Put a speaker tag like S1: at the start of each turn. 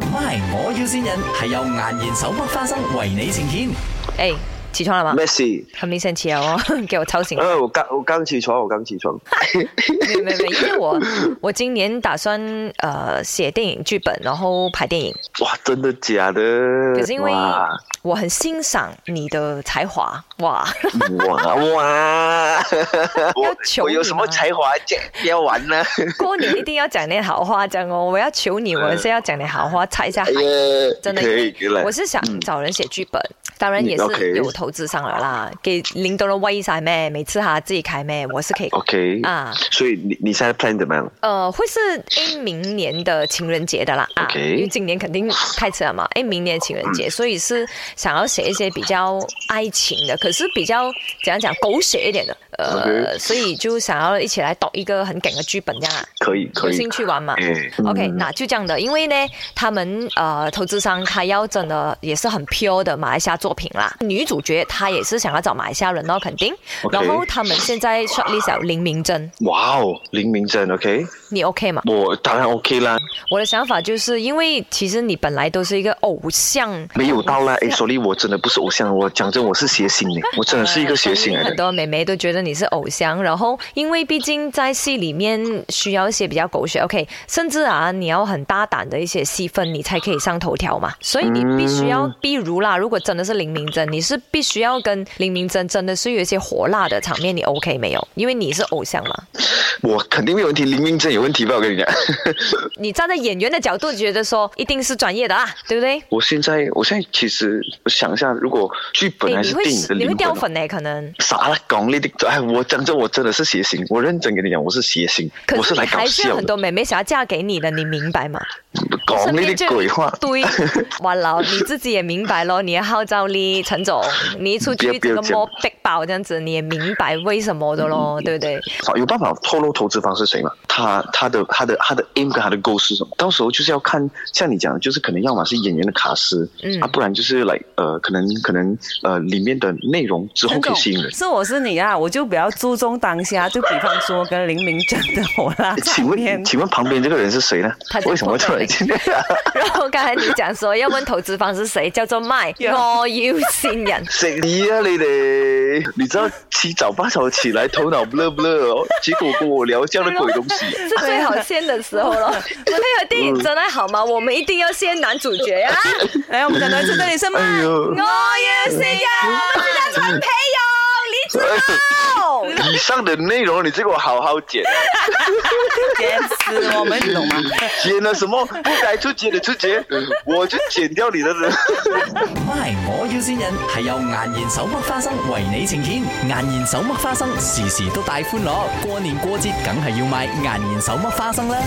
S1: MY，我要先人係由顏然手剝花生為你呈現。
S2: 哎、起床了吗？
S3: 咩事？
S2: 还没生气啊！我 给我吵 醒。
S3: 呃，我刚我刚起床，我刚起床。
S2: 没有没有没有，因为我我今年打算呃写电影剧本，然后拍电影。
S3: 哇，真的假的？
S2: 可是因为
S3: 哇
S2: 我很欣赏你的才华， 哇！
S3: 哇啊哇，
S2: 要啊
S3: 我
S2: 求
S3: 我有
S2: 你
S3: 什么
S2: 吗
S3: 才华？这不要 玩呢、
S2: 过年一定要讲点好话，这样哦。我要求你，我是要讲点好话，踩一下海
S3: 哎。呀，
S2: 真的
S3: 可以可以来
S2: 我。是想找人写剧本，当然也
S3: 嗯，OK
S2: 是有投资上了啦，给领导人威晒咩，每次他自己开咩，我是可以
S3: OK，、
S2: 啊，
S3: 所以你你现在 plan 怎么样？
S2: 呃，会是 A 明年的情人节的啦啊
S3: OK
S2: 因为今年肯定太迟了嘛，A 明年情 人节，所以是想要写一些比较爱情的，可是比较怎样讲狗血一点的，呃
S3: OK
S2: 所以就想要一起来读一个很梗的剧本这样啊，
S3: 可以可
S2: 有
S3: 以。
S2: 兴趣玩吗？
S3: 哎
S2: OK，
S3: 嗯
S2: 那就这样的，因为呢，他们呃，投资商他要真的也是很 pure 的马来西亚作品啦。女主角她也是想要找马来西亚人哦，肯定。
S3: OK
S2: 然后他们现在 shortlist 有林明珍，
S3: 哇哦，林明真 OK，
S2: 你 OK 吗？
S3: 我当然 OK 啦，
S2: 我的想法就是因为其实你本来都是一个偶像，
S3: 没有到
S2: 啊
S3: 啦。哎，sorry，我真的不是偶像，我讲真，我是谐星的，我真的
S2: 哎
S3: 是一个谐星来
S2: 很
S3: 的。
S2: 多妹妹都觉得你是偶像，然后因为毕竟在戏里面需要一些比较狗血，OK，甚至啊你要很大胆的一些戏份，你才可以上头条嘛。所以你必须
S3: 嗯
S2: 要，比如啦，如果真的是林明珍，你是必须要跟林明珍真的是有一些火辣的场面，你 OK 没有？因为你是偶像嘛，
S3: 我肯定没有问题，林明真有问题吧？我跟你讲。
S2: 你站在演员的角度觉得说一定是专业的啦，对不对？
S3: 我现在，我现在其实我想一下，如果剧本
S2: 诶
S3: 还
S2: 你
S3: 是
S2: 会
S3: 电影的
S2: 你
S3: 灵
S2: 会
S3: 魂
S2: 掉
S3: 哦，
S2: 粉呢、欸可能。
S3: 啥啦？讲呢啲，哎，我讲真，我真的是谐星，我认真跟你讲，我是谐星，
S2: 可
S3: 我
S2: 是
S3: 来
S2: 你
S3: 搞
S2: 还是有
S3: 笑
S2: 很
S3: 的。
S2: 多妹妹想要嫁给你的，你明白吗？
S3: 讲
S2: 身
S3: 呢
S2: 边就
S3: 啲
S2: 有
S3: 鬼
S2: 一
S3: 话，
S2: 对，哇老你自己也明白咯，你的号召力，陈总，你一出去
S3: 不
S2: 这
S3: 要
S2: 个
S3: 不要
S2: 摸逼爆这样子，你也明白为什么的咯，
S3: 嗯
S2: 对不对？
S3: 好有办法透露投资方是谁吗？他他的他的他的 aim 跟他的 goal 是什么？到时候就是要看，像你讲的，就是可能要么是演员的卡司，
S2: 嗯
S3: 啊，不然就是来呃，可能可能呃里面的内容之后
S4: 陈
S3: 可
S4: 总
S3: 以吸引人。
S2: 哦
S4: 是我是你啊，我就比较注重当下，就比方说跟林明真的火
S2: 啊
S4: 辣
S3: 哎请
S4: 场面
S3: 问，请问旁边这个人是谁呢
S2: 他？在
S3: 为什么突然间？
S2: 然后刚才你讲说要问投资方是谁，叫做 卖，
S4: Yeah
S2: 我要新人。
S3: 食你啊你哋！你知道七早八早起来头脑不乐不乐哦，结果跟我聊这样的鬼东西。啊
S2: 是最好献的时候了，配合电影真爱好吗？我们一定要献男主角 啊！
S4: 哎来，我们讲到这，这里是 吗？
S3: 哎 呦
S2: 我！要新人，是在传培勇，你知道？
S3: 哎以上的内容你这个我好好剪，
S4: 坚持我们，
S3: 啊
S4: 你懂吗？
S3: 剪了什么不该出节的出 节，我就剪掉你的人。
S1: MY，我要先人係由顏然手剝花生為你呈現。顏然手剝花生時時都帶歡樂，過年過節梗係要買顏然手剝花生啦。